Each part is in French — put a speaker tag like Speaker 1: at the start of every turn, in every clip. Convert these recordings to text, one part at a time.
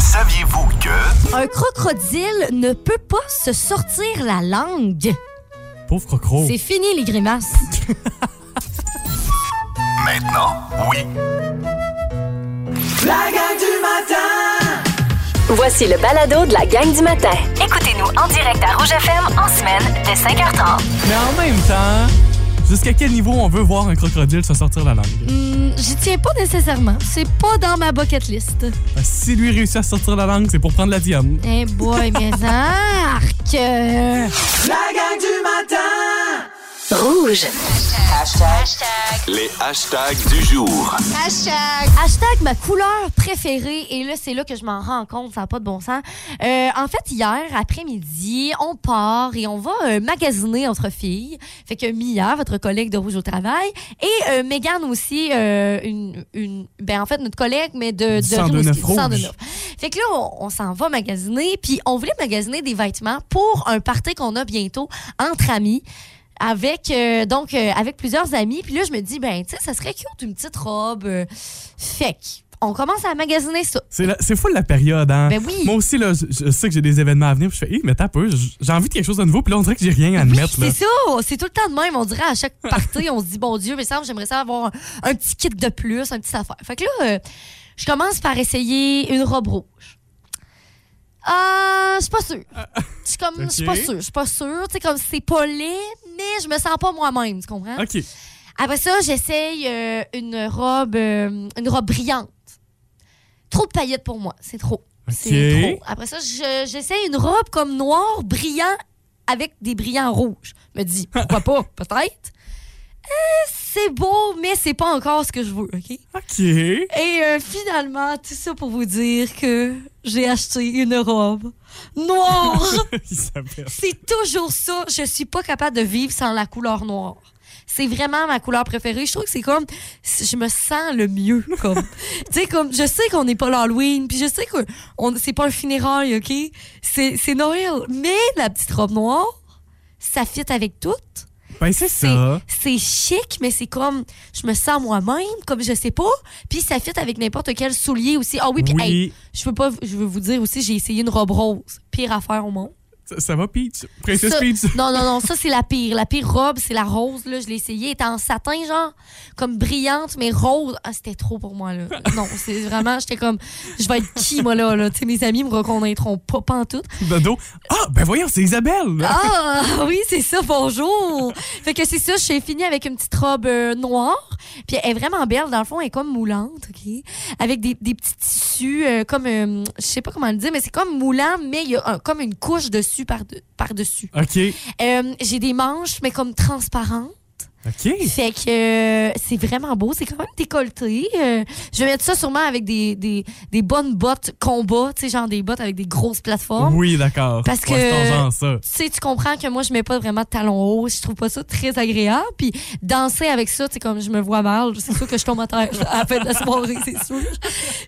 Speaker 1: Saviez-vous que...
Speaker 2: Un crocodile ne peut pas se sortir la langue.
Speaker 3: Pauvre crocro.
Speaker 2: C'est fini les grimaces.
Speaker 1: Maintenant, oui.
Speaker 4: La gang du matin
Speaker 5: Voici le balado de la gang du matin.
Speaker 6: Écoutez-nous en direct à Rouge FM en semaine dès 5h30.
Speaker 3: Mais en même temps, jusqu'à quel niveau on veut voir un crocodile se sortir la langue?
Speaker 2: Hmm, J'y tiens pas nécessairement. C'est pas dans ma bucket list.
Speaker 3: Parce que si lui réussit à sortir la langue, c'est pour prendre la diane.
Speaker 2: Eh boy, mais arc! Euh,
Speaker 4: La gang du matin
Speaker 5: Rouge.
Speaker 1: Les hashtags du jour.
Speaker 2: Hashtag ma couleur préférée. Et là, c'est là que je m'en rends compte. Ça n'a pas de bon sens. Euh, en fait, hier après-midi, on part et on va euh, magasiner entre filles. Fait que Mia, votre collègue de Rouge au Travail, et euh, Mégane aussi, euh, une, une- Ben, en fait, notre collègue, mais de.
Speaker 3: Du
Speaker 2: de
Speaker 3: 102.9
Speaker 2: Rimouski, du
Speaker 3: Rouge.
Speaker 2: 102.9. Fait que là, on, on s'en va magasiner. Puis on voulait magasiner des vêtements pour un party qu'on a bientôt entre amis. Avec euh, donc euh, avec plusieurs amis puis là je me dis ben tu sais ça serait cute une petite robe euh, fake. On commence à magasiner ça.
Speaker 3: C'est la- c'est fou la période, hein?
Speaker 2: Ben oui.
Speaker 3: Moi aussi, là, je, je sais que j'ai des événements à venir, puis je fais, hé, mais t'as peu, j- j'ai envie de quelque chose de nouveau, puis là, on dirait que j'ai rien à
Speaker 2: Oui,
Speaker 3: admettre, là.
Speaker 2: c'est ça, c'est tout le temps de même. On dirait à chaque partie, on se dit, bon Dieu, mais ça, j'aimerais ça avoir un, un petit kit de plus, un petit affaire. Fait que là, euh, je commence par essayer une robe rouge. Ah, je suis pas sûre. Je suis comme, je suis
Speaker 3: Ok.
Speaker 2: pas sûre, je suis pas sûre. Tu sais, comme c'est pas laid, mais je me sens pas moi-même, tu comprends?
Speaker 3: OK.
Speaker 2: Après ça, j'essaye euh, une robe euh, une robe brillante. Trop de paillettes pour moi, c'est trop. C'est
Speaker 3: OK.
Speaker 2: trop. Après ça, je- j'essaye une robe comme noire, brillant, avec des brillants rouges. Je me dis, pourquoi pas, peut-être. Euh, c'est beau, mais c'est pas encore ce que je veux, OK?
Speaker 3: OK.
Speaker 2: Et euh, finalement, tout ça pour vous dire que j'ai acheté une robe noire.
Speaker 3: Isabelle.
Speaker 2: C'est toujours ça. Je suis pas capable de vivre sans la couleur noire. C'est vraiment ma couleur préférée. Je trouve que c'est comme je me sens le mieux comme. tu sais comme je sais qu'on n'est pas l'Halloween, puis je sais que on c'est pas un funérail, OK C'est c'est Noël, mais la petite robe noire, ça fit avec tout.
Speaker 3: Ben, c'est ça.
Speaker 2: C'est chic, mais c'est comme je me sens moi-même, comme je sais pas, puis ça fit avec n'importe quel soulier aussi. Ah oui, puis
Speaker 3: Oui.
Speaker 2: hey, je peux pas je veux vous dire aussi j'ai essayé une robe rose, pire affaire au monde.
Speaker 3: Ça, ça va, Peach? Princesse
Speaker 2: Ça-
Speaker 3: Peach?
Speaker 2: Non, non, non, ça c'est la pire. La pire robe, c'est la rose, là. Je l'ai essayée. Elle était en satin, genre, comme brillante, mais rose. Ah, c'était trop pour moi, là. Non, c'est vraiment, j'étais comme, je vais être qui, moi, là, là? Tu sais, mes amis me reconnaîtront pas pantoute.
Speaker 3: Dodo? Ah, ben voyons, c'est Isabelle!
Speaker 2: Ah, oui, c'est ça, bonjour. Fait que c'est ça, j'ai fini avec une petite robe euh, noire. Puis elle est vraiment belle, dans le fond, elle est comme moulante, OK? Avec des, des petits tissus, euh, comme, euh, je sais pas comment le dire, mais c'est comme moulant, mais il y a un- comme une couche dessus par-dessus. par dessus
Speaker 3: OK.
Speaker 2: euh, j'ai des manches, mais comme transparentes.
Speaker 3: OK.
Speaker 2: Fait que euh, c'est vraiment beau. C'est quand même décolleté. Euh, je vais mettre ça sûrement avec des, des, des bonnes bottes combat, tu sais, genre des bottes avec des grosses plateformes.
Speaker 3: Oui, d'accord.
Speaker 2: Parce
Speaker 3: Ouais, c'est
Speaker 2: que-
Speaker 3: ton genre, ça.
Speaker 2: Tu sais, tu comprends que moi, je mets pas vraiment de talons hauts. Je trouve pas ça très agréable. Puis danser avec ça, tu sais, comme je me vois mal, c'est sûr que je tombe à terre à la fin de la soirée, c'est sûr.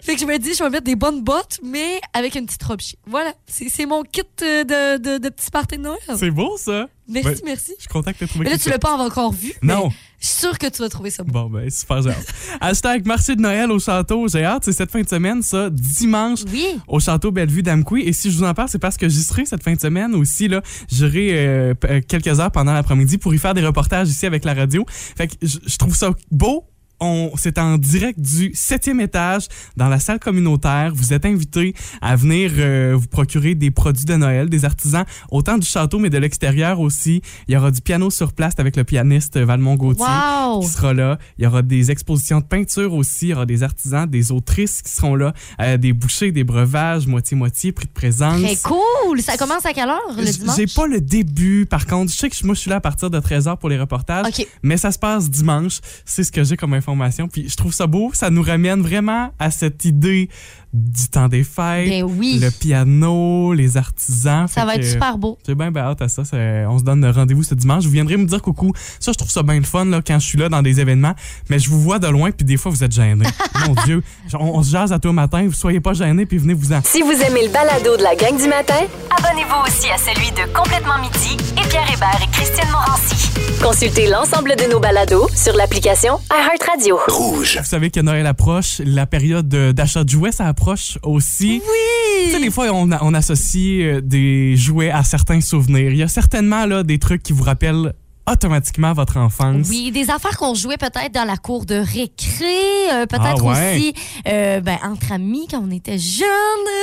Speaker 2: Fait que je me dis, je vais mettre des bonnes bottes, mais avec une petite robe chic. Voilà, c'est c'est mon kit euh, de, de, de petit party de Noël.
Speaker 3: C'est beau, ça.
Speaker 2: Merci,
Speaker 3: Ouais.
Speaker 2: merci.
Speaker 3: Je suis content que t'aies trouvé
Speaker 2: Mais là,
Speaker 3: quelque
Speaker 2: tu l'as pas encore vu. mais
Speaker 3: Non.
Speaker 2: Je suis sûre que tu vas trouver ça beau.
Speaker 3: Bon, ben, super, j'ai hâte. Hashtag marché de Noël au château. J'ai hâte, c'est cette fin de semaine, ça. Dimanche,
Speaker 2: Oui.
Speaker 3: au château Bellevue d'Amqui. Et si je vous en parle, c'est parce que j'y serai cette fin de semaine aussi. Là, j'irai euh, p- euh, quelques heures pendant l'après-midi pour y faire des reportages ici avec la radio. Fait que j- je trouve ça beau. On, c'est en direct du septième étage dans la salle communautaire. Vous êtes invités à venir euh, vous procurer des produits de Noël, des artisans, autant du château mais de l'extérieur aussi. Il y aura du piano sur place avec le pianiste euh, Valmont Gauthier
Speaker 2: Wow!
Speaker 3: qui sera là. Il y aura des expositions de peinture aussi. Il y aura des artisans, des autrices qui seront là. Euh, des bouchées, des breuvages, moitié-moitié, prix de présence.
Speaker 2: Très cool! Ça commence à quelle heure le
Speaker 3: J-
Speaker 2: dimanche?
Speaker 3: J'ai pas le début, par contre. Je sais que je- moi, je suis là à partir de 13h pour les reportages.
Speaker 2: OK.
Speaker 3: Mais ça se passe dimanche. C'est ce que j'ai comme information. Puis je trouve ça beau. Ça nous ramène vraiment à cette idée du temps des fêtes.
Speaker 2: Ben oui.
Speaker 3: Le piano, les artisans.
Speaker 2: Ça
Speaker 3: Fait
Speaker 2: va être
Speaker 3: que-
Speaker 2: super beau.
Speaker 3: j'ai bien ben hâte à ça. C'est- On se donne rendez-vous ce dimanche. Vous viendrez me dire coucou. Ça, je trouve ça bien le fun là, quand je suis là dans des événements. Mais je vous vois de loin, puis des fois, vous êtes gênés. Mon Dieu. On, on se jase à toi matin. Vous soyez pas gênés, puis venez-vous-en.
Speaker 5: Si vous aimez le balado de la gang du matin,
Speaker 6: Abonnez-vous aussi à celui de Complètement Midi et Pierre Hébert et Christiane Morancy.
Speaker 5: consultez l'ensemble de nos balados sur l'application iHeartRadio.
Speaker 1: Rouge.
Speaker 3: Vous savez que Noël approche. La période de- d'achat de jouets, ça approche aussi.
Speaker 2: Oui!
Speaker 3: Tu sais, des fois, on, a- on associe euh, des jouets à certains souvenirs. Il y a certainement là, des trucs qui vous rappellent automatiquement votre enfance.
Speaker 2: Oui, des affaires qu'on jouait peut-être dans la cour de récré, euh, peut-être
Speaker 3: Ah ouais.
Speaker 2: aussi euh, ben, entre amis quand on était jeunes,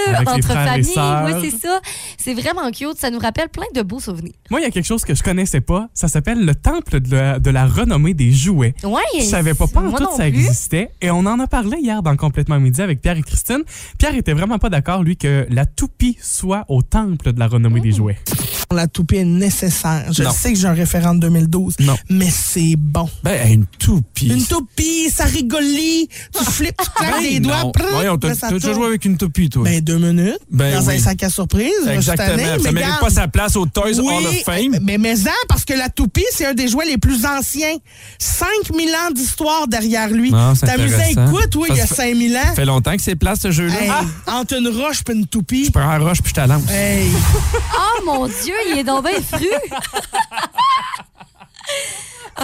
Speaker 2: euh,
Speaker 3: Avec les
Speaker 2: entre
Speaker 3: frères et
Speaker 2: familles.
Speaker 3: sœurs.
Speaker 2: Oui, c'est ça. C'est vraiment cute. Ça nous rappelle plein de beaux souvenirs.
Speaker 3: Moi, il y a quelque chose que je connaissais pas. Ça s'appelle le temple de la, de la renommée des jouets.
Speaker 2: Ouais,
Speaker 3: Je savais pas, pas en
Speaker 2: moi
Speaker 3: tout
Speaker 2: non
Speaker 3: ça
Speaker 2: plus.
Speaker 3: existait. Et on en a parlé hier dans Complètement Midi avec Pierre et Christine. Pierre était vraiment pas d'accord, lui, que la toupie soit au temple de la renommée
Speaker 7: Mm.
Speaker 3: des jouets.
Speaker 7: La toupie est nécessaire. Je
Speaker 8: Non.
Speaker 7: sais que j'ai un référent de 2012,
Speaker 3: Non.
Speaker 7: mais c'est bon.
Speaker 8: Ben, une toupie.
Speaker 7: Une toupie, ça rigolie, tu flippes, tu claques des doigts,
Speaker 8: Ah. Ben Non.
Speaker 7: prrr,
Speaker 8: Voyons,
Speaker 7: là,
Speaker 8: t'as
Speaker 7: ça
Speaker 8: t'as déjà
Speaker 7: tourne.
Speaker 8: joué avec une toupie, toi.
Speaker 7: Ben, deux minutes,
Speaker 8: Ben
Speaker 7: dans
Speaker 8: oui.
Speaker 7: un sac à surprise. je suis
Speaker 8: Exactement.
Speaker 7: tanné, mais
Speaker 8: ça mérite
Speaker 7: garde.
Speaker 8: pas sa place au Toys
Speaker 7: Oui, Eh,
Speaker 8: Hall of Fame.
Speaker 7: Mais mais en, parce que la toupie, c'est un des jouets les plus anciens. 5000 ans d'histoire derrière lui.
Speaker 8: Non, Ah, c'est
Speaker 7: Ta musique
Speaker 8: intéressant.
Speaker 7: coûte, oui, il y a
Speaker 8: Ça se fait-
Speaker 7: 5000 ans.
Speaker 8: Ça fait longtemps que c'est place, ce jeu-là.
Speaker 7: Hey,
Speaker 8: Ah!
Speaker 7: Entre une roche et une toupie.
Speaker 8: Je prends un rush puis je te lance.
Speaker 7: Hey,
Speaker 2: Oh mon Dieu, il est donc bien fru.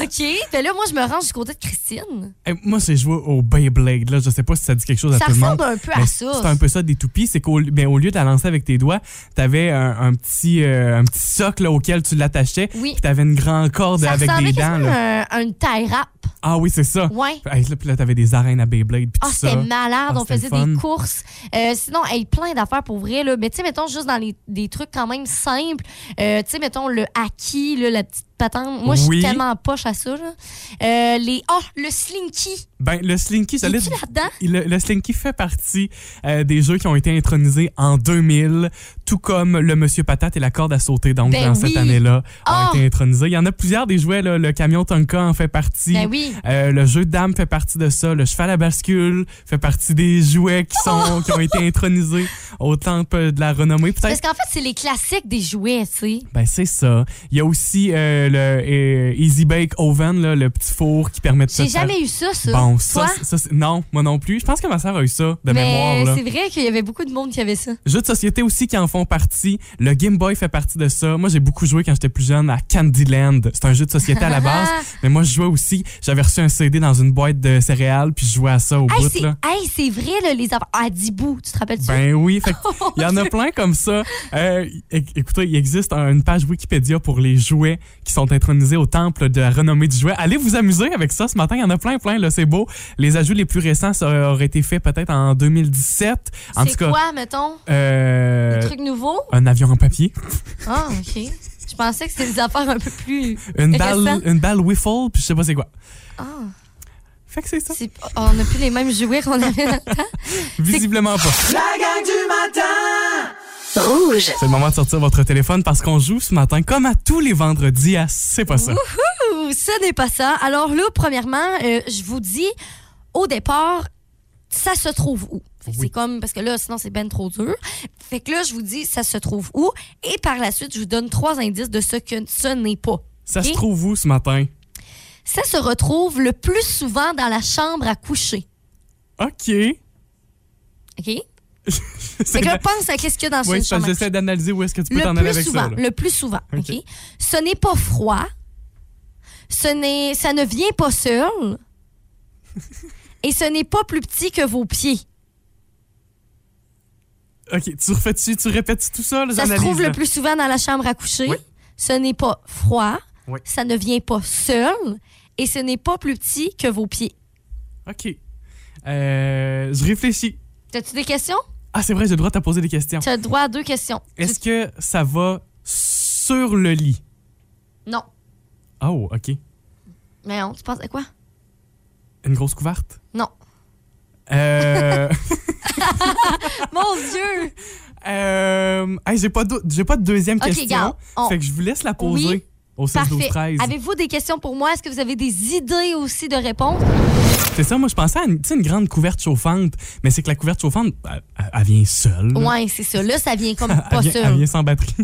Speaker 2: OK. Ben là, moi, je me range du côté de Christine.
Speaker 3: Eh, moi, j'ai joué au Beyblade. Là. Je sais pas si ça dit quelque chose
Speaker 2: Ça
Speaker 3: à tout le monde.
Speaker 2: ressemble un peu à
Speaker 3: Mais
Speaker 2: ça.
Speaker 3: C'est un peu ça des toupies. C'est qu'au ben, au lieu de la lancer avec tes doigts, t'avais un, un petit, euh, un petit socle là, auquel tu l'attachais.
Speaker 2: Oui.
Speaker 3: Puis t'avais une grande corde
Speaker 2: Ça
Speaker 3: avec
Speaker 2: ressemblait
Speaker 3: des dents.
Speaker 2: quasiment
Speaker 3: là.
Speaker 2: à un- à une taille rap.
Speaker 3: Ah oui, c'est ça.
Speaker 2: Ouais.
Speaker 3: Hey, là, puis là, t'avais des arènes à Beyblade. Puis
Speaker 2: Ah,
Speaker 3: tout
Speaker 2: c'était
Speaker 3: ça.
Speaker 2: malade.
Speaker 3: Ah,
Speaker 2: on
Speaker 3: c'était le
Speaker 2: faisait des
Speaker 3: fun.
Speaker 2: courses. Euh, sinon, hey, plein d'affaires pour vrai. Là. Mais tu sais, mettons, juste dans les, des trucs quand même simples. Euh, tu sais, mettons, le haki, là, la petite patente. Moi, je suis
Speaker 3: Oui.
Speaker 2: tellement poche à ça. Là. Euh, les... Oh, le slinky.
Speaker 3: Ben, le Slinky, j'allais
Speaker 2: Es-tu là-dedans?
Speaker 3: Le, le Slinky fait partie euh, des jeux qui ont été intronisés en 2000, tout comme le Monsieur Patate et la corde à sauter. Donc,
Speaker 2: Ben
Speaker 3: dans
Speaker 2: oui.
Speaker 3: cette année-là,
Speaker 2: Ah.
Speaker 3: ont été intronisés. Il y en a plusieurs des jouets. Là. Le camion Tonka en fait partie.
Speaker 2: Ben oui.
Speaker 3: Euh, le jeu de dames fait partie de ça. Le cheval à bascule fait partie des jouets qui, sont, qui ont été intronisés au temple de la renommée. Peut-être
Speaker 2: Oh! Parce qu'en fait, c'est les classiques des jouets, tu sais.
Speaker 3: ben c'est ça. Il y a aussi euh, le euh, Easy Bake Oven, là, le petit four qui permet de
Speaker 2: J'ai
Speaker 3: se faire-
Speaker 2: jamais eu ça, ça.
Speaker 3: Bon, ça,
Speaker 2: Toi?
Speaker 3: c'est- ça, c'est- non, moi non plus. Je pense que ma sœur a eu ça de
Speaker 2: Mais
Speaker 3: mémoire.
Speaker 2: c'est
Speaker 3: Là.
Speaker 2: vrai qu'il y avait beaucoup de monde qui avait ça.
Speaker 3: Jeux de société aussi qui en font partie. Le Game Boy fait partie de ça. Moi, j'ai beaucoup joué quand j'étais plus jeune à Candyland. C'est un jeu de société à la base. Mais moi, je jouais aussi. J'avais reçu un CD dans une boîte de céréales, puis je jouais à ça au
Speaker 2: Hey,
Speaker 3: bout.
Speaker 2: c'est
Speaker 3: Là.
Speaker 2: hey, c'est vrai, là, les affaires. Ah, Dibou, tu te rappelles-tu?
Speaker 3: Ben oui, fait que
Speaker 2: Oh
Speaker 3: il y en a plein comme ça. Euh, é- écoutez, il existe un- une page Wikipédia pour les jouets qui sont intronisés au temple de la renommée du jouet. Allez vous amuser avec ça ce matin, il y en a plein, plein, là, c'est beau. Les ajouts les plus récents ça auraient été faits peut-être en 2017. En
Speaker 2: c'est quoi, mettons?
Speaker 3: euh,
Speaker 2: Des trucs nouveaux?
Speaker 3: un avion en papier,
Speaker 2: Ah, OK. Je pensais que c'était des affaires un peu plus.
Speaker 3: une
Speaker 2: Récent.
Speaker 3: balle, une balle wiffle, puis je sais pas c'est quoi.
Speaker 2: Ah,
Speaker 3: Fait que c'est ça.
Speaker 2: c'est- oh, on n'a plus les mêmes jouets qu'on avait dans le temps.
Speaker 3: Visiblement pas.
Speaker 4: La gang du matin
Speaker 5: Rouge.
Speaker 3: C'est le moment de sortir votre téléphone parce qu'on joue ce matin comme à tous les vendredis à C'est pas ça.
Speaker 2: Ouh, Ce n'est pas ça. Alors là, premièrement, euh, je vous dis, au départ, ça se trouve où? Fait que C'est comme, parce que là, sinon, c'est ben trop dur. Fait que là, je vous dis, ça se trouve où? Et par la suite, je vous donne trois indices de ce que ce n'est pas.
Speaker 3: Ça
Speaker 2: Ok?
Speaker 3: se trouve où ce matin?
Speaker 2: Ça se retrouve le plus souvent dans la chambre à coucher.
Speaker 3: OK.
Speaker 2: OK?
Speaker 3: C'est
Speaker 2: Fait que
Speaker 3: la-
Speaker 2: là, pense à qu'est-ce qu'il y a dans
Speaker 3: Oui,
Speaker 2: cette
Speaker 3: ça,
Speaker 2: chambre à coucher.
Speaker 3: j'essaie d'analyser où est-ce que tu peux
Speaker 2: le
Speaker 3: t'en
Speaker 2: plus
Speaker 3: aller avec
Speaker 2: souvent,
Speaker 3: ça. là.
Speaker 2: le plus souvent, ok.
Speaker 3: Ok.
Speaker 2: Ce n'est pas froid. Ce n'est, ça ne vient pas seul. Et ce n'est pas plus petit que vos pieds.
Speaker 3: OK, tu refais-tu, tu répètes tout ça, les
Speaker 2: Ça se
Speaker 3: analyses,
Speaker 2: trouve le
Speaker 3: là?
Speaker 2: plus souvent dans la chambre à coucher.
Speaker 3: hein. Oui.
Speaker 2: Ce n'est pas froid.
Speaker 3: Oui.
Speaker 2: Ça ne vient pas seul. Et ce n'est pas plus petit que vos pieds.
Speaker 3: OK. Euh, je réfléchis.
Speaker 2: T'as-tu des questions?
Speaker 3: Ah, c'est vrai, j'ai le droit de te poser des questions.
Speaker 2: Tu as droit à deux questions.
Speaker 3: Est-ce que ça va sur le lit?
Speaker 2: Non.
Speaker 3: Oh, OK.
Speaker 2: Mais non, tu penses à quoi?
Speaker 3: Une grosse couverte?
Speaker 2: Non.
Speaker 3: Euh...
Speaker 2: Mon Dieu!
Speaker 3: euh... hey, j'ai pas, d'au- j'ai pas de deuxième
Speaker 2: OK,
Speaker 3: question.
Speaker 2: garde, on-
Speaker 3: Fait que je vous laisse la poser
Speaker 2: Oui,
Speaker 3: au 16 12
Speaker 2: Parfait.
Speaker 3: 13
Speaker 2: Avez-vous des questions pour moi? Est-ce que vous avez des idées aussi de réponses?
Speaker 3: C'est ça, moi, je pensais à une, tu sais, une grande couverte chauffante, mais c'est que la couverte chauffante, elle, elle- elle vient seule. là.
Speaker 2: Ouais, c'est ça. Là, ça vient comme
Speaker 3: Elle
Speaker 2: pas
Speaker 3: vient-
Speaker 2: sûr.
Speaker 3: elle vient sans batterie.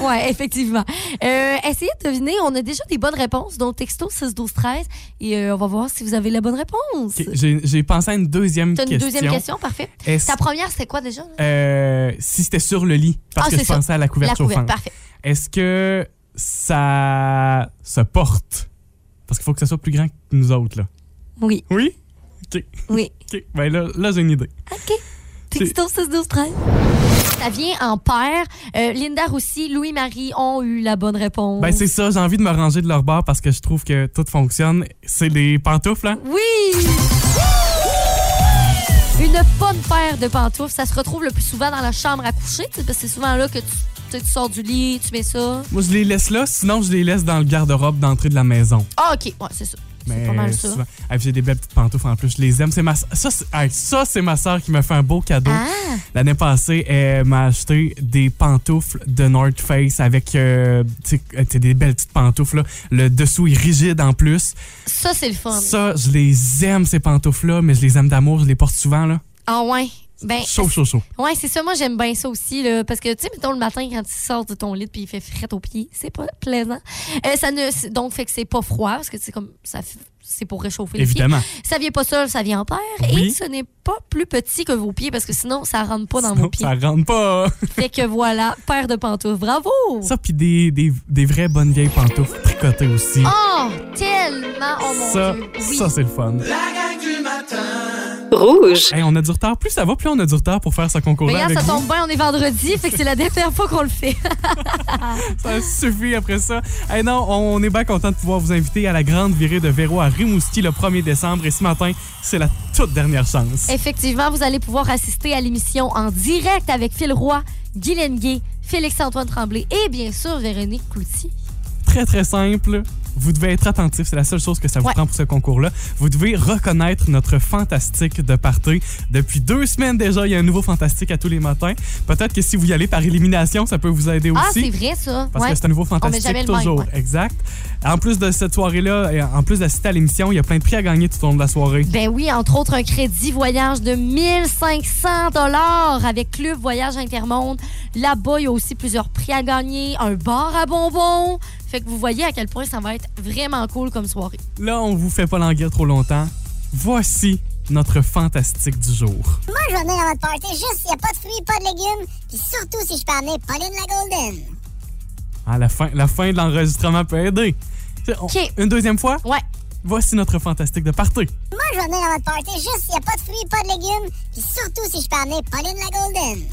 Speaker 2: Ouais, effectivement. Euh, essayez de deviner. On a déjà des bonnes réponses, donc texto 6 12 13 et euh, on va voir si vous avez la bonne réponse.
Speaker 3: Ok, j'ai- J'ai pensé à une deuxième
Speaker 2: T'as une
Speaker 3: question.
Speaker 2: deuxième question, parfait.
Speaker 3: Est-ce-
Speaker 2: Ta première, c'était quoi déjà? là?
Speaker 3: euh, si c'était sur le lit, parce
Speaker 2: Ah,
Speaker 3: que
Speaker 2: c'est
Speaker 3: je
Speaker 2: ça.
Speaker 3: pensais à la
Speaker 2: La
Speaker 3: couverture
Speaker 2: couverte,
Speaker 3: offrande.
Speaker 2: parfait.
Speaker 3: Est-ce que ça se porte? Parce qu'il faut que ça soit plus grand que nous autres, là.
Speaker 2: Oui,
Speaker 3: Oui? OK.
Speaker 2: oui.
Speaker 3: OK. Ben là, là j'ai une idée.
Speaker 2: OK. Texto 6 12 13. Ça vient en paire. Euh, Linda Roussy, Louis-Marie ont eu la bonne réponse.
Speaker 3: Ben c'est ça, j'ai envie de me ranger de leur bord parce que je trouve que tout fonctionne. C'est les pantoufles, hein?
Speaker 2: Oui! Une bonne paire de pantoufles, ça se retrouve le plus souvent dans la chambre à coucher, tu sais, parce que c'est souvent là que tu, tu sais, tu sors du lit, tu mets ça.
Speaker 3: Moi, je les laisse là, sinon je les laisse dans le garde-robe d'entrée de la maison.
Speaker 2: Ah, OK, ouais, c'est ça. C'est
Speaker 3: Mais
Speaker 2: pas mal ça.
Speaker 3: souvent- Ah, puis j'ai des belles petites pantoufles en plus, je les aime. C'est ma... Ça, c'est hey, ça, c'est ma soeur qui m'a fait un beau cadeau.
Speaker 2: Ah!
Speaker 3: L'année passée, elle m'a acheté des pantoufles de North Face avec euh, tu sais, euh, tu sais, des belles petites pantoufles. là. Le dessous est rigide en plus.
Speaker 2: Ça, c'est le fun.
Speaker 3: Ça, je les aime, ces pantoufles-là, mais je les aime d'amour, je les porte souvent. Là.
Speaker 2: Ah, ouais. Ben,
Speaker 3: Chaud, chaud, chaud.
Speaker 2: ouais, c'est ça. Moi, j'aime bien ça aussi, là, parce que, tu sais, mettons, le matin, quand tu sors de ton lit puis il fait frette aux pieds, c'est pas plaisant. Euh, ça ne, c'est- donc, fait que c'est pas froid, parce que c'est comme, ça, f- c'est pour réchauffer les pieds.
Speaker 3: Évidemment.
Speaker 2: Ça vient pas seul, ça vient en paire.
Speaker 3: Oui.
Speaker 2: Et ce n'est pas plus petit que vos pieds, parce que sinon, ça rentre pas dans vos
Speaker 3: Sinon,
Speaker 2: pieds.
Speaker 3: Oh, ça rentre pas.
Speaker 2: Fait que voilà, paire de pantoufles. Bravo!
Speaker 3: Ça, puis des, des, des vraies bonnes vieilles pantoufles tricotées aussi.
Speaker 2: Oh, tellement! Oh mon
Speaker 3: ça,
Speaker 2: Dieu! Oui.
Speaker 3: ça c'est le fun.
Speaker 4: La gang du matin.
Speaker 5: Rouge.
Speaker 3: Hey, on a du retard. Plus ça va, plus on a du retard pour faire ce
Speaker 2: Mais
Speaker 3: concours-là.
Speaker 2: regarde,
Speaker 3: avec
Speaker 2: ça
Speaker 3: vous.
Speaker 2: tombe bien, on est vendredi, fait que c'est la dernière fois qu'on le fait.
Speaker 3: Ça suffit après ça. Hey non, on est bien content de pouvoir vous inviter à la grande virée de Véro à Rimouski le 1er décembre. Et ce matin, c'est la toute dernière chance.
Speaker 2: Effectivement, vous allez pouvoir assister à l'émission en direct avec Phil Roy, Guy Lenguet, Félix-Antoine Tremblay et bien sûr Véronique Cloutier.
Speaker 3: Très, très simple. Vous devez être attentif. C'est la seule chose que ça vous
Speaker 2: Ouais.
Speaker 3: prend pour ce concours-là. Vous devez reconnaître notre fantastique de party. Depuis deux semaines déjà, il y a un nouveau fantastique à tous les matins. Peut-être que si vous y allez par élimination, ça peut vous aider
Speaker 2: Ah,
Speaker 3: aussi.
Speaker 2: c'est vrai ça?
Speaker 3: Parce
Speaker 2: Ouais.
Speaker 3: que c'est un nouveau fantastique
Speaker 2: jamais le même,
Speaker 3: toujours.
Speaker 2: ouais.
Speaker 3: Exact. En plus de cette soirée-là, et en plus d'assister à l'émission, il y a plein de prix à gagner tout au long de la soirée.
Speaker 2: Ben oui, entre autres un crédit voyage de 1500 dollars avec Club Voyage Intermonde. Là-bas, il y a aussi plusieurs prix à gagner, un bar à bonbons. Fait que vous voyez à quel point ça va être vraiment cool comme soirée.
Speaker 3: Là, on vous fait pas languir trop longtemps. Voici notre fantastique du jour.
Speaker 9: Moi, je vais venir à votre party juste s'il n'y a pas de fruits, pas de légumes, puis surtout si je peux amener Pauline la Golden.
Speaker 3: À Ah, la fin, la fin de l'enregistrement peut aider. C'est- on-
Speaker 2: OK.
Speaker 3: Une deuxième fois,
Speaker 2: Ouais.
Speaker 3: voici notre fantastique de party.
Speaker 9: Moi, je vais venir à votre party juste s'il n'y a pas de fruits, pas de légumes, puis surtout si je peux amener Pauline la Golden.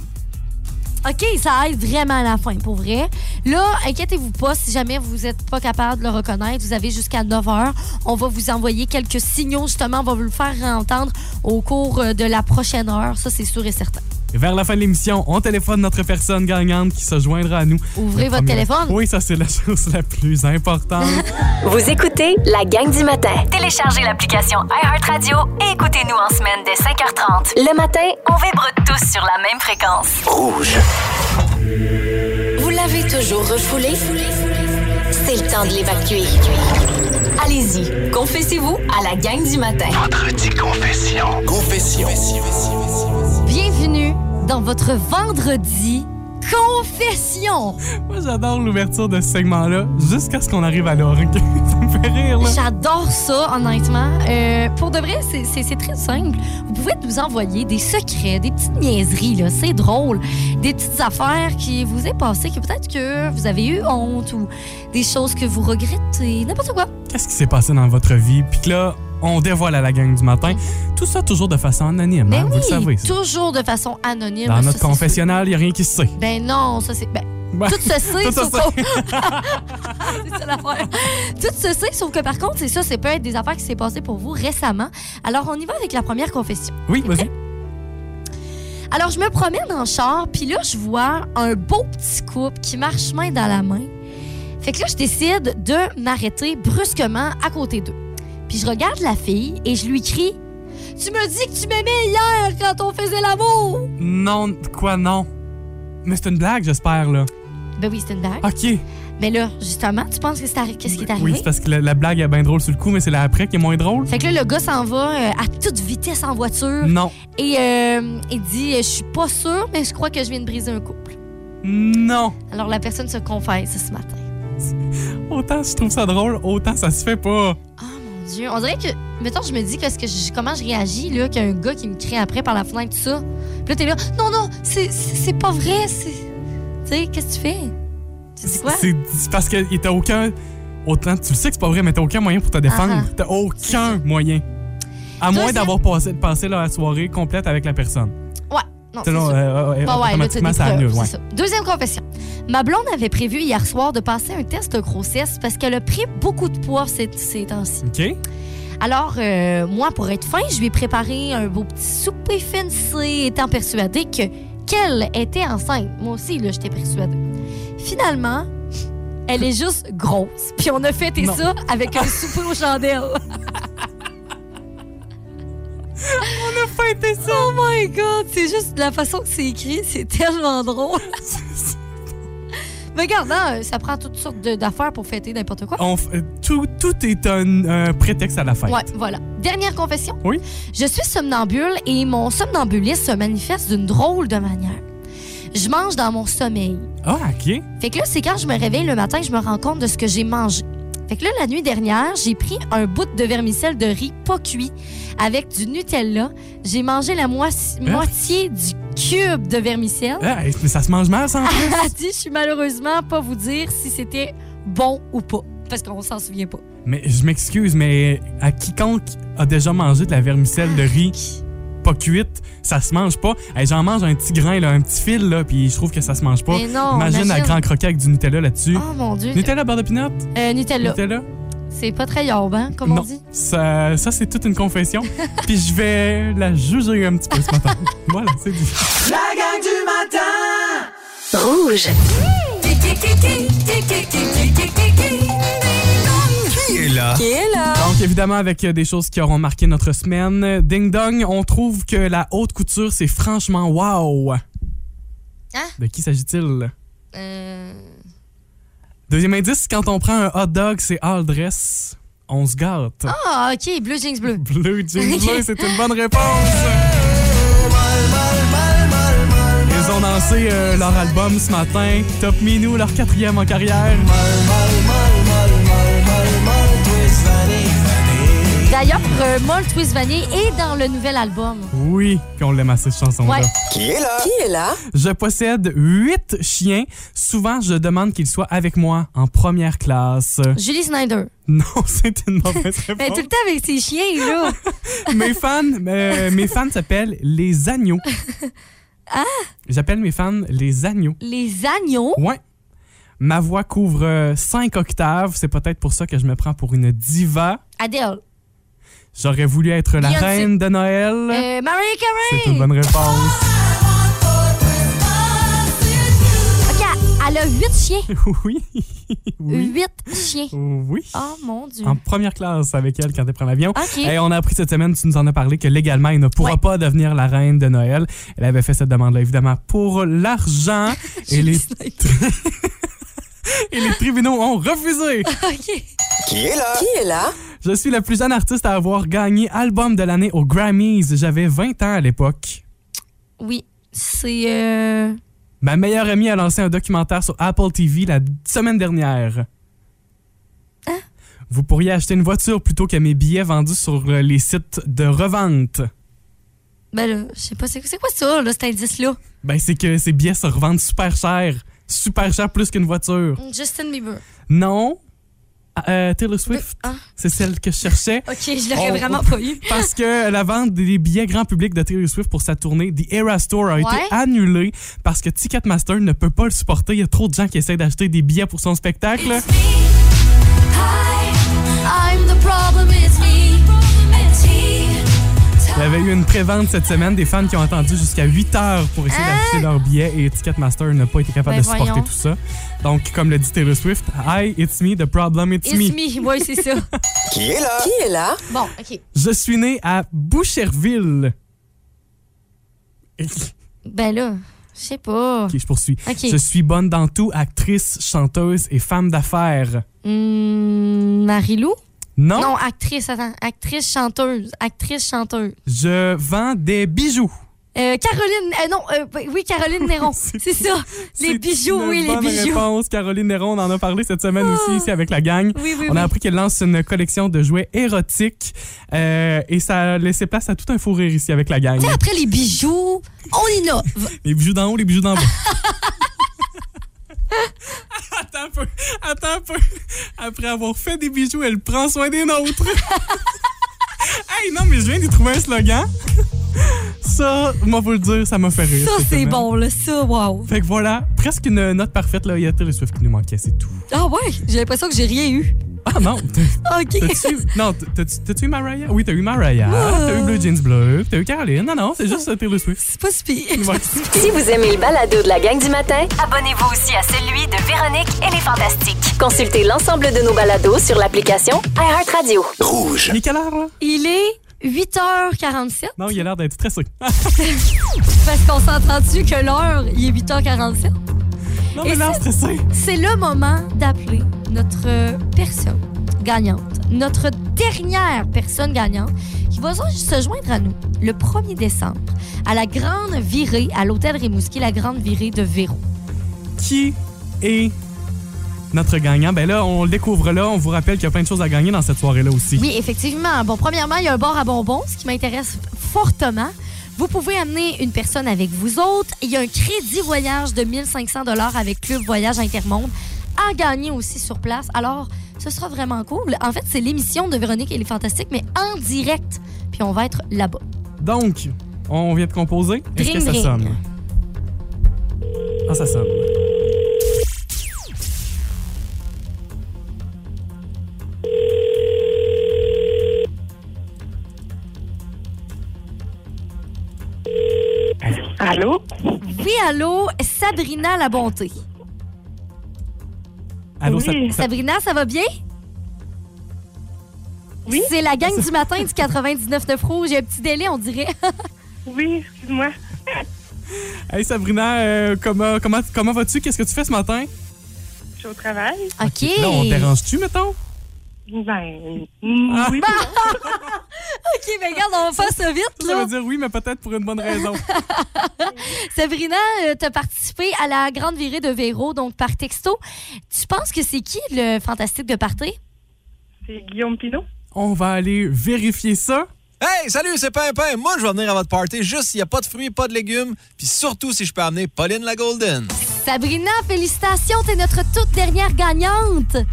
Speaker 2: OK, ça aide vraiment à la fin, pour vrai. Là, inquiétez-vous pas si jamais vous n'êtes pas capable de le reconnaître. Vous avez jusqu'à 9 h. On va vous envoyer quelques signaux, justement. On va vous le faire entendre au cours euh, de la prochaine heure. Ça, c'est sûr et certain.
Speaker 3: Et vers la fin de l'émission, on téléphone notre personne gagnante qui se joindra à nous.
Speaker 2: Ouvrez
Speaker 3: Le
Speaker 2: votre
Speaker 3: premier-
Speaker 2: téléphone.
Speaker 3: Oui, ça, c'est la chose la plus importante.
Speaker 5: Vous écoutez la gang du matin.
Speaker 6: Téléchargez l'application iHeartRadio et écoutez-nous en semaine dès 5h30.
Speaker 5: Le matin,
Speaker 6: On vibre tous sur la même fréquence.
Speaker 5: vous l'avez toujours refoulé? C'est le temps de l'évacuer. Allez-y, confessez-vous à la gang du matin.
Speaker 1: Vendredi confession. Confession.
Speaker 2: Bienvenue dans votre vendredi confession.
Speaker 3: Moi, j'adore l'ouverture de ce segment-là jusqu'à ce qu'on arrive à l'orgue. ça me fait rire, là.
Speaker 2: J'adore ça, honnêtement. Euh, pour de vrai, c'est- c'est c'est très simple. Vous pouvez nous envoyer des secrets, des petites niaiseries, là. C'est drôle. Des petites affaires qui vous est passé, que peut-être que vous avez eu honte ou des choses que vous regrettez, n'importe quoi.
Speaker 3: Qu'est-ce qui s'est passé dans votre vie? Puis que là, on dévoile à la gang du matin. Tout ça toujours de façon anonyme,
Speaker 2: Mais
Speaker 3: hein, vous
Speaker 2: Ben oui,
Speaker 3: le savez. ça.
Speaker 2: toujours de façon anonyme.
Speaker 3: Dans
Speaker 2: ça,
Speaker 3: notre
Speaker 2: c'est
Speaker 3: confessionnal, il n'y a rien qui se sait.
Speaker 2: sûr. Ben non, ça c'est. Ben,
Speaker 3: Ben,
Speaker 2: tout se sait,
Speaker 3: tout se
Speaker 2: sauf
Speaker 3: sait.
Speaker 2: qu'on- C'est ça l'affaire. Tout se sait, sauf que par contre, c'est ça, c'est peut être des affaires qui s'est passé pour vous récemment. Alors, on y va avec la première confession.
Speaker 3: Oui, vas-y.
Speaker 2: Alors, je me promène en char, puis là, je vois un beau petit couple qui marche main dans la main. Fait que là, je décide de m'arrêter brusquement à côté d'eux. Puis je regarde la fille et je lui crie Tu me dis que tu m'aimais hier quand on faisait l'amour
Speaker 3: Non, quoi, non? Mais c'est une blague, j'espère, là.
Speaker 2: Ben oui, c'est une blague.
Speaker 3: OK.
Speaker 2: Mais là, justement, tu penses que c'est arri- qu'est-ce qui est arrivé
Speaker 3: Oui, c'est parce que la, la blague est bien drôle sur le coup, mais c'est la après qui est moins drôle.
Speaker 2: Fait que là, le gars s'en va euh, à toute vitesse en voiture
Speaker 3: Non.
Speaker 2: et euh, il dit euh, Je suis pas sûr, mais je crois que je viens de briser un couple.
Speaker 3: Non.
Speaker 2: Alors la personne se confesse ce matin.
Speaker 3: Autant je trouve ça drôle, autant ça se fait pas.
Speaker 2: Mon Dieu, on dirait que, mettons, je me dis que, ce que je- comment je réagis, là, qu'il y a un gars qui me crie après par la fenêtre, tout ça. Puis là, t'es là, non, non, c'est- c'est c'est pas vrai, c'est. Tu sais, qu'est-ce que tu fais? Tu dis quoi?
Speaker 3: C'est c'est parce que y- t'as aucun. Autant, tu le sais que c'est pas vrai, mais t'as aucun moyen pour te défendre.
Speaker 2: Ah ah.
Speaker 3: T'as aucun moyen. À moins
Speaker 2: Deuxième-
Speaker 3: d'avoir passé, passé la soirée complète avec la personne.
Speaker 2: Ouais. Non, c'est
Speaker 3: Selon,
Speaker 2: ça.
Speaker 3: euh, euh,
Speaker 2: Ah ouais, là, t'as des
Speaker 3: automatiquement, ça
Speaker 2: preuves,
Speaker 3: annule.
Speaker 2: c'est
Speaker 3: ouais.
Speaker 2: ça. Deuxième confession. Ma blonde avait prévu hier soir de passer un test de grossesse parce qu'elle a pris beaucoup de poids ces, ces temps-ci.
Speaker 3: OK?
Speaker 2: Alors, euh, moi, pour être fin, je lui ai préparé un beau petit souper fancy, étant persuadée que qu'elle était enceinte. Moi aussi, là, j'étais persuadée. Finalement, elle est juste grosse. Puis on a fêté
Speaker 3: Non.
Speaker 2: ça avec un souper aux chandelles.
Speaker 3: On a fêté ça!
Speaker 2: Oh my god, c'est juste la façon que c'est écrit, c'est tellement drôle. Mais regarde, hein, ça prend toutes sortes de- d'affaires pour fêter n'importe quoi.
Speaker 3: On f- euh, tout, tout est un un prétexte à la fête.
Speaker 2: Ouais, voilà. Dernière confession.
Speaker 3: Oui.
Speaker 2: Je suis somnambule et mon somnambulisme se manifeste d'une drôle de manière. Je mange dans mon sommeil.
Speaker 3: Ah, OK.
Speaker 2: Fait que là, c'est quand je me réveille le matin que je me rends compte de ce que j'ai mangé. Fait que là, la nuit dernière, j'ai pris un bout de vermicelle de riz pas cuit avec du Nutella. J'ai mangé la moisi-
Speaker 3: Hein?
Speaker 2: moitié du cube de vermicelle.
Speaker 3: Ah, mais ça se mange mal, ça, en plus.
Speaker 2: Elle a dit, je suis malheureusement pas vous dire si c'était bon ou pas. Parce qu'on s'en souvient pas.
Speaker 3: Mais je m'excuse, mais à quiconque a déjà mangé de la vermicelle de riz
Speaker 2: Ah,
Speaker 3: pas cuite, ça se mange pas. Hey, J'en mange un petit grain, là, un petit fil, là, puis je trouve que ça se mange pas.
Speaker 2: Mais non,
Speaker 3: imagine, un
Speaker 2: imagine.
Speaker 3: grand croquet avec du Nutella là-dessus.
Speaker 2: Oh mon Dieu.
Speaker 3: Nutella, beurre de pinot?
Speaker 2: Euh, Nutella.
Speaker 3: Nutella?
Speaker 2: C'est pas très yorbe, hein, comme
Speaker 3: non,
Speaker 2: on dit.
Speaker 3: ça, ça, c'est toute une confession. puis je vais la juger un petit peu ce matin. voilà, c'est dit.
Speaker 4: La gang du matin
Speaker 5: Rouge.
Speaker 1: Qui est là?
Speaker 3: Donc, évidemment, avec euh, des choses qui auront marqué notre semaine, euh, ding dong, on trouve que la haute couture, c'est franchement wow.
Speaker 2: Hein?
Speaker 3: De qui s'agit-il?
Speaker 2: Euh,
Speaker 3: Deuxième indice, quand on prend un hot dog, c'est all dress. On se gâte.
Speaker 2: Ah, OK, bleu jeans bleu.
Speaker 3: Bleu jeans
Speaker 2: Ok.
Speaker 3: bleu, c'est une bonne réponse. Ils ont lancé euh, leur album ce matin, Top Minou, leur quatrième en carrière.
Speaker 2: D'ailleurs, euh, Molle Twist Vanille est dans le nouvel album.
Speaker 3: Oui, puis on l'aime assez cette chanson-là.
Speaker 2: Ouais.
Speaker 1: Qui est là?
Speaker 3: Je possède huit chiens. Souvent, je demande qu'ils soient avec moi en première classe.
Speaker 2: Julie Snyder.
Speaker 3: Non, c'est une mauvaise
Speaker 2: Mais tout
Speaker 3: réponse.
Speaker 2: le temps avec ses chiens, là.
Speaker 3: mes fans, euh, mes fans s'appellent les agneaux. J'appelle mes fans les agneaux.
Speaker 2: Les agneaux.
Speaker 3: Ouais. Ma voix couvre 5 octaves. C'est peut-être pour ça que je me prends pour une diva.
Speaker 2: Adele.
Speaker 3: J'aurais voulu être la
Speaker 2: Beyoncé.
Speaker 3: reine de Noël.
Speaker 2: Euh, Mariah
Speaker 3: Hein? C'est une
Speaker 2: Carey.
Speaker 3: bonne réponse.
Speaker 2: OK, elle a huit chiens.
Speaker 3: Oui. Oui.
Speaker 2: Huit chiens.
Speaker 3: Oui.
Speaker 2: Oh, mon Dieu.
Speaker 3: En première classe avec elle quand elle prend l'avion.
Speaker 2: OK.
Speaker 3: Et on a appris cette semaine, tu nous en as parlé, que légalement, elle ne pourra
Speaker 2: Ouais.
Speaker 3: pas devenir la reine de Noël. Elle avait fait cette demande-là, évidemment, pour l'argent. et, les... et les tribunaux ont refusé.
Speaker 2: OK.
Speaker 1: Qui est là?
Speaker 3: Je suis la plus jeune artiste à avoir gagné album de l'année aux Grammys. J'avais 20 ans à l'époque.
Speaker 2: Oui, c'est... euh,
Speaker 3: Ma meilleure amie a lancé un documentaire sur Apple TV la semaine dernière. Vous pourriez acheter une voiture plutôt que mes billets vendus sur euh, les sites de revente.
Speaker 2: Ben là, je sais pas, c'est c'est quoi ça, là, cet indice-là?
Speaker 3: Ben, c'est que ces billets se revendent super cher. Super cher plus qu'une voiture.
Speaker 2: Justin Bieber.
Speaker 3: Non. Euh, Taylor Swift,
Speaker 2: Ah,
Speaker 3: c'est celle que je cherchais.
Speaker 2: OK, je l'aurais
Speaker 3: Oh.
Speaker 2: vraiment pas eu.
Speaker 3: Parce que la vente des billets grand public de Taylor Swift pour sa tournée The Era Store a
Speaker 2: Ouais.
Speaker 3: été annulée parce que Ticketmaster ne peut pas le supporter. Il y a trop de gens qui essaient d'acheter des billets pour son spectacle.
Speaker 2: I'm the problem, it's me.
Speaker 3: Il y avait eu une pré-vente cette semaine des fans qui ont attendu jusqu'à 8 heures pour essayer d'acheter leurs billets et Ticketmaster n'a pas été capable
Speaker 2: Ah! Ben
Speaker 3: de supporter
Speaker 2: voyons.
Speaker 3: tout ça. Donc, comme le dit Taylor Swift, Hi, it's me, the problem, it's, me.
Speaker 2: It's me, ouais, c'est ça.
Speaker 1: Qui est là?
Speaker 2: Bon, OK.
Speaker 3: Je suis né à Boucherville.
Speaker 2: Ben là, je sais pas.
Speaker 3: Ok, je poursuis.
Speaker 2: Ok.
Speaker 3: Je suis bonne dans tout, actrice, chanteuse et femme d'affaires.
Speaker 2: Hmm, Marie-Lou?
Speaker 3: Non,
Speaker 2: Non, actrice, attends. Actrice, chanteuse. Actrice, chanteuse.
Speaker 3: je vends des bijoux.
Speaker 2: Euh, Caroline, euh, non, euh, oui, Caroline Néron. c'est ça. Les
Speaker 3: C'est
Speaker 2: bijoux,
Speaker 3: une
Speaker 2: oui, les
Speaker 3: bonne
Speaker 2: bijoux. Ah.
Speaker 3: réponse. Caroline Néron, on en a parlé cette semaine aussi ici avec la gang.
Speaker 2: Oui, oui,
Speaker 3: On
Speaker 2: oui.
Speaker 3: a appris qu'elle lance une collection de jouets érotiques euh, et ça a laissé place à tout un fou rire ici avec la gang.
Speaker 2: Tu sais, Après les bijoux, on innove.
Speaker 3: Les bijoux d'en haut, les bijoux d'en bas. Attends un peu, attends un peu. Après avoir fait des bijoux, elle prend soin des nôtres. hey, non, mais je viens d'y trouver un slogan. Ça, moi, vous le dire, ça m'a fait rire.
Speaker 2: Ça,
Speaker 3: cette
Speaker 2: c'est
Speaker 3: semaine.
Speaker 2: bon, là. Ça, wow.
Speaker 3: Fait que voilà, presque une note parfaite, là. Il y a Taylor Swift qui nous manquait, c'est tout.
Speaker 2: Ah ouais, j'ai l'impression que j'ai rien eu.
Speaker 3: Ah non, t'as-
Speaker 2: OK.
Speaker 3: t'as-tu non, t'as-tu- t'as-tu eu Mariah? Oui, t'as eu Mariah,
Speaker 2: Ah!
Speaker 3: t'as eu Blue Jeans Bleu, t'as eu Caroline. Non, non, c'est juste euh, Taylor Swift.
Speaker 2: C'est pas si pire.
Speaker 3: Ouais.
Speaker 5: Si vous aimez le balado de la gang du matin,
Speaker 6: Abonnez-vous aussi à celui de Véronique et les Fantastiques.
Speaker 5: consultez l'ensemble de nos balados sur l'application iHeartRadio.
Speaker 1: Rouge.
Speaker 3: Il est quelle heure, là?
Speaker 2: Il est 8h47.
Speaker 3: Non, il a l'air d'être stressé.
Speaker 2: Parce qu'on s'entend-tu que l'heure, il est 8h47?
Speaker 3: non, mais
Speaker 2: Et
Speaker 3: l'air
Speaker 2: c'est-
Speaker 3: stressé.
Speaker 2: C'est le moment d'appeler notre euh, personne gagnante, notre dernière personne gagnante qui va se- se joindre à nous le 1er décembre à la grande virée à l'hôtel Rimouski, la grande virée de Véro.
Speaker 3: qui est notre gagnant. Ben là, on le découvre là. On vous rappelle qu'il y a plein de choses à gagner dans cette soirée-là aussi.
Speaker 2: Oui, effectivement. Bon, premièrement, il y a un bar à bonbons, ce qui m'intéresse fortement. Vous pouvez amener une personne avec vous autres. Il y a un crédit voyage de 1500 dollars avec Club Voyage Intermonde à gagner aussi sur place. Alors, ce sera vraiment cool. En fait, c'est l'émission de Véronique et les Fantastiques, mais en direct. Puis on va être là-bas.
Speaker 3: Donc, on vient de composer. Est-ce que
Speaker 2: Dring,
Speaker 3: ça
Speaker 2: dring.
Speaker 3: sonne? Ah, ça sonne.
Speaker 10: Allô?
Speaker 2: Oui, allô, Sabrina la bonté.
Speaker 3: Allô,
Speaker 10: Oui.
Speaker 3: ça, ça-
Speaker 2: Sabrina, ça va bien?
Speaker 10: Oui.
Speaker 2: C'est la gang du matin du 99 rouge. J'ai un petit délai, on dirait.
Speaker 10: Oui, excuse-moi.
Speaker 3: Hey Sabrina, euh, comment, comment, comment vas-tu? Qu'est-ce que tu fais ce matin?
Speaker 10: Je suis au travail.
Speaker 2: OK.
Speaker 3: Là, on dérange-tu, mettons?
Speaker 10: Ben,
Speaker 3: Ah.
Speaker 10: oui.
Speaker 2: OK, mais regarde, on va faire ça vite,
Speaker 3: Ça
Speaker 2: là.
Speaker 3: veut dire oui, mais peut-être pour une bonne raison.
Speaker 2: Sabrina, euh, t'as participé à la grande virée de Véro, donc par texto. Tu penses que c'est qui le fantastique de party?
Speaker 10: C'est Guillaume Pinot.
Speaker 3: on va aller vérifier ça.
Speaker 11: Hey, salut, c'est Pimpin. Moi, je vais venir à votre party juste s'il n'y a pas de fruits, pas de légumes, puis surtout si je peux amener Pauline la Golden.
Speaker 2: Sabrina, félicitations, t'es notre toute dernière gagnante.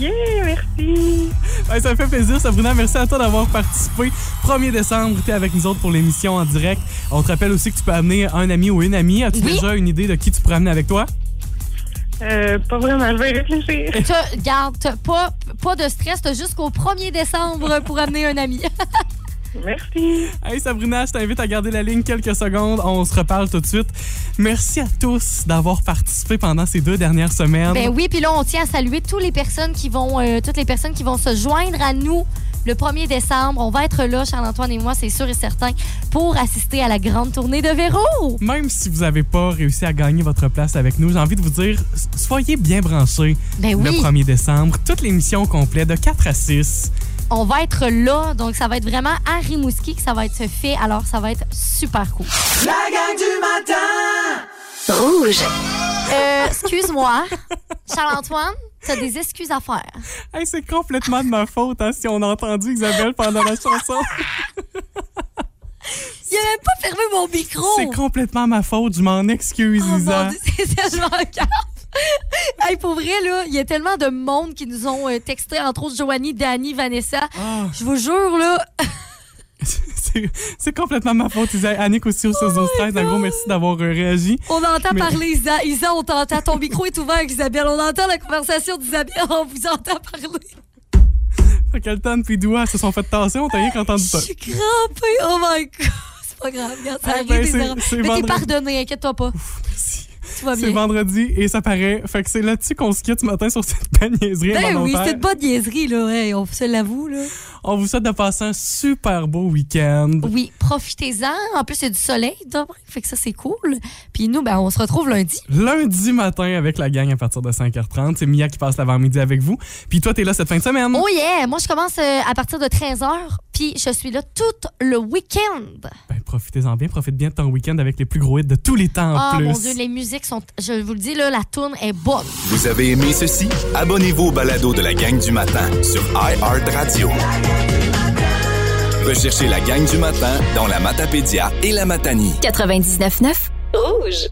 Speaker 10: Yeah, merci.
Speaker 3: Ouais, ça me fait plaisir, Sabrina. Merci à toi d'avoir participé. 1er décembre, tu es avec nous autres pour l'émission en direct. On te rappelle aussi que tu peux amener un ami ou une amie. As-tu
Speaker 2: Oui.
Speaker 3: déjà une idée de qui tu pourrais amener avec toi?
Speaker 10: Euh, pas vraiment, je vais réfléchir.
Speaker 2: Te, garde, t'as pas, pas de stress, t'as jusqu'au 1er décembre pour amener un ami.
Speaker 10: Merci.
Speaker 3: Hey Sabrina, je t'invite à garder la ligne quelques secondes. On se reparle tout de suite. Merci à tous d'avoir participé pendant ces deux dernières semaines.
Speaker 2: ben oui, puis là, on tient à saluer toutes les personnes qui vont, euh, toutes les personnes qui vont se joindre à nous le 1er décembre. On va être là, Charles-Antoine et moi, c'est sûr et certain, pour assister à la grande tournée de Véro.
Speaker 3: Même si vous n'avez pas réussi à gagner votre place avec nous, j'ai envie de vous dire, s- soyez bien branchés
Speaker 2: Ben
Speaker 3: le
Speaker 2: oui.
Speaker 3: 1er décembre. Toute l'émission au complet de 4 à 6.
Speaker 2: on va être là. Donc, ça va être vraiment à Rimouski que ça va être fait. Alors, ça va être super cool.
Speaker 4: La gang du matin!
Speaker 5: Rouge.
Speaker 2: Euh, excuse-moi, Charles-Antoine, t'as des excuses à faire.
Speaker 3: Hey, c'est complètement de ma faute hein, si on a entendu Isabelle pendant la chanson.
Speaker 2: Il a même pas fermé mon micro.
Speaker 3: C'est complètement ma faute, je m'en excuse,
Speaker 2: Oh mon
Speaker 3: Isa.
Speaker 2: Dieu, c'est tellement grave. Hey, pour vrai, là, il y a tellement de monde qui nous ont euh, texté, entre autres Joanie, Dani, Vanessa.
Speaker 3: Ah.
Speaker 2: Je vous jure, là,
Speaker 3: C'est- C'est complètement ma faute, Isa. Annick aussi au 16 13 Un gros merci d'avoir euh, réagi.
Speaker 2: on entend
Speaker 3: Mais-
Speaker 2: parler Isa. Isa, on t'entend. Ton micro est ouvert avec Isabelle. On entend la conversation d'Isabelle. On vous entend parler.
Speaker 3: Fait qu'Alton puis Doua se sont fait tasser, on t'a rien qu'entendu
Speaker 2: Je
Speaker 3: ça.
Speaker 2: suis crampée. Oh my God. C'est pas grave. Regarde, ça
Speaker 3: Eh
Speaker 2: arrive
Speaker 3: ben,
Speaker 2: des
Speaker 3: c'est-
Speaker 2: erreurs.
Speaker 3: c'est
Speaker 2: Mais t'es
Speaker 3: vendredi.
Speaker 2: pardonné. Inquiète-toi pas. Tout va
Speaker 3: C'est
Speaker 2: bien.
Speaker 3: vendredi et ça paraît. Fait que c'est là-dessus qu'on se quitte ce matin sur cette belle niaiserie
Speaker 2: Ben oui,
Speaker 3: involontaire.
Speaker 2: c'est une bonne niaiserie, là. Hey, on se l'avoue, là.
Speaker 3: On vous souhaite de passer un super beau week-end.
Speaker 2: Oui, profitez-en. En plus, il y a du soleil demain. Fait que ça, c'est cool. Puis nous, ben, on se retrouve lundi.
Speaker 3: Lundi matin avec la gang à partir de 5h30. C'est Mia qui passe l'avant-midi avec vous. Puis toi, t'es là cette fin de semaine.
Speaker 2: Oh yeah! Moi, je commence euh, à partir de 13h. Puis je suis là tout le week-end.
Speaker 3: Ben, profitez-en bien, profite bien de ton week-end avec les plus gros hits de tous les temps en
Speaker 2: Ah,
Speaker 3: plus.
Speaker 2: mon Dieu, les musiques sont... Je vous le dis, là, la tourne est bonne.
Speaker 1: Vous avez aimé ceci? Abonnez-vous au balado de la gang du matin sur iHeartRadio. Recherchez la gang du matin dans la Matapédia et la Matanie.
Speaker 5: 99.9 Rouge.